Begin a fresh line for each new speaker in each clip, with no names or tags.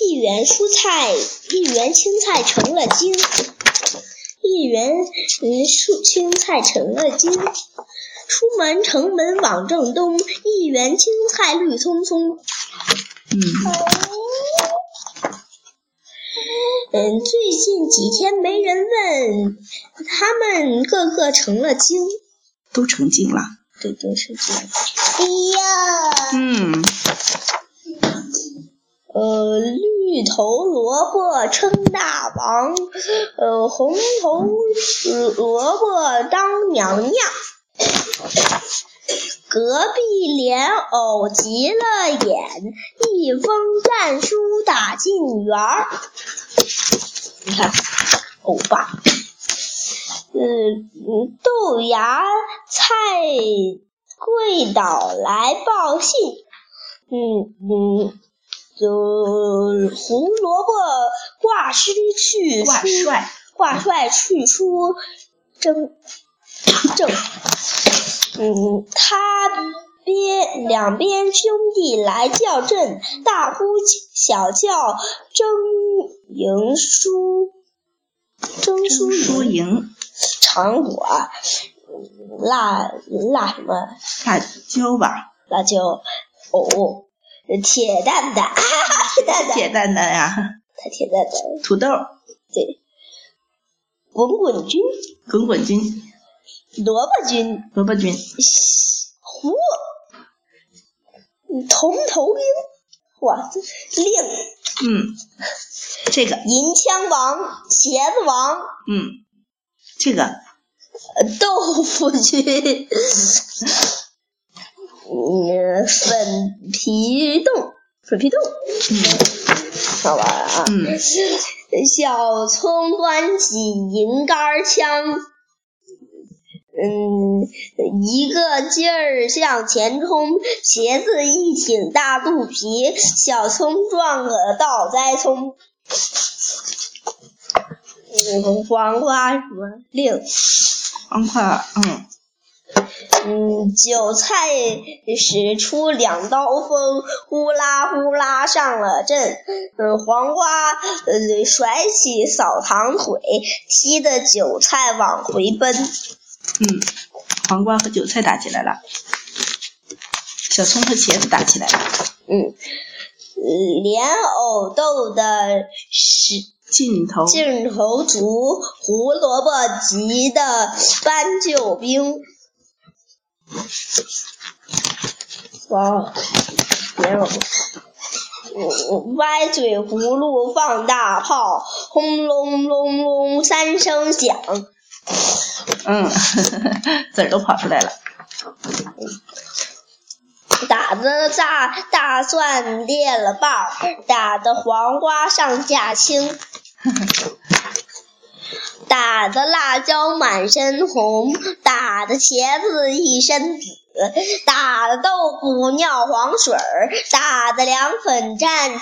一园蔬菜，一园青菜成了精，一园蔬青菜成了精。出门城门往正东，一园青菜绿葱葱。
嗯，
嗯，最近几天没人问，他们个个成了精。
都成精了。
对对是这样。哎呀，
嗯，
呃，绿头萝卜称大王，呃，红头呃萝卜当娘娘。隔壁莲藕急了眼，一封战书打进园儿。你看，欧巴。嗯，豆芽菜跪倒来报信。嗯嗯，呃，胡萝卜挂失去
挂
出
帅，
挂帅去出征正。嗯，他边两边兄弟来叫阵，大呼小叫争赢输，争输
输输
赢
赢，
尝果，辣辣什么
辣椒吧，
辣椒藕，铁蛋蛋， 铁蛋蛋，
铁蛋蛋呀，
他铁蛋蛋，
土豆，
对，滚滚军，
滚滚菌，
萝卜军，
萝卜菌，
胡，铜头兵，哇，这令
嗯，这个，
银枪王，茄子王，
嗯，这个，
呃豆腐君，嗯，粉皮冻，粉皮冻，好玩啊！
嗯，
小葱端起银杆枪，嗯，一个劲儿向前冲，茄子一挺大肚皮，小葱撞个倒栽葱。嗯，黄瓜什么令？
黄瓜，嗯，
嗯，韭菜使出两刀锋，呼啦呼啦上了阵。嗯，黄瓜呃甩起扫堂腿，踢得韭菜往回奔。
嗯，黄瓜和韭菜打起来了，小葱和茄子打起来了，
嗯，嗯莲藕豆的使
劲头，
劲头足，胡萝卜急得搬救兵。哇，没有。歪嘴葫芦放大炮，轰隆隆隆三声响。
嗯， 籽儿都跑出来 了，
打的大大蒜裂了瓣儿，打的黄瓜上下青，打的辣椒满身红，打的茄子一身紫，打的豆腐尿黄水儿，打的凉粉蘸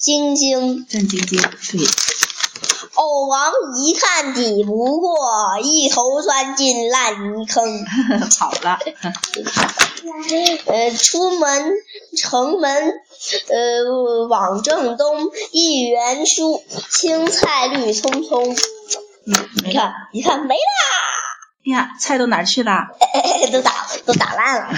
晶晶。
战兢兢，对，
藕王一看抵不过，一头钻进烂泥坑。
跑了，
呃，出门城门，呃，往正东，一园蔬青菜绿葱葱。
嗯，没
你
了
看，你看没啦，
呀，菜都哪儿去了？
都打都打烂了。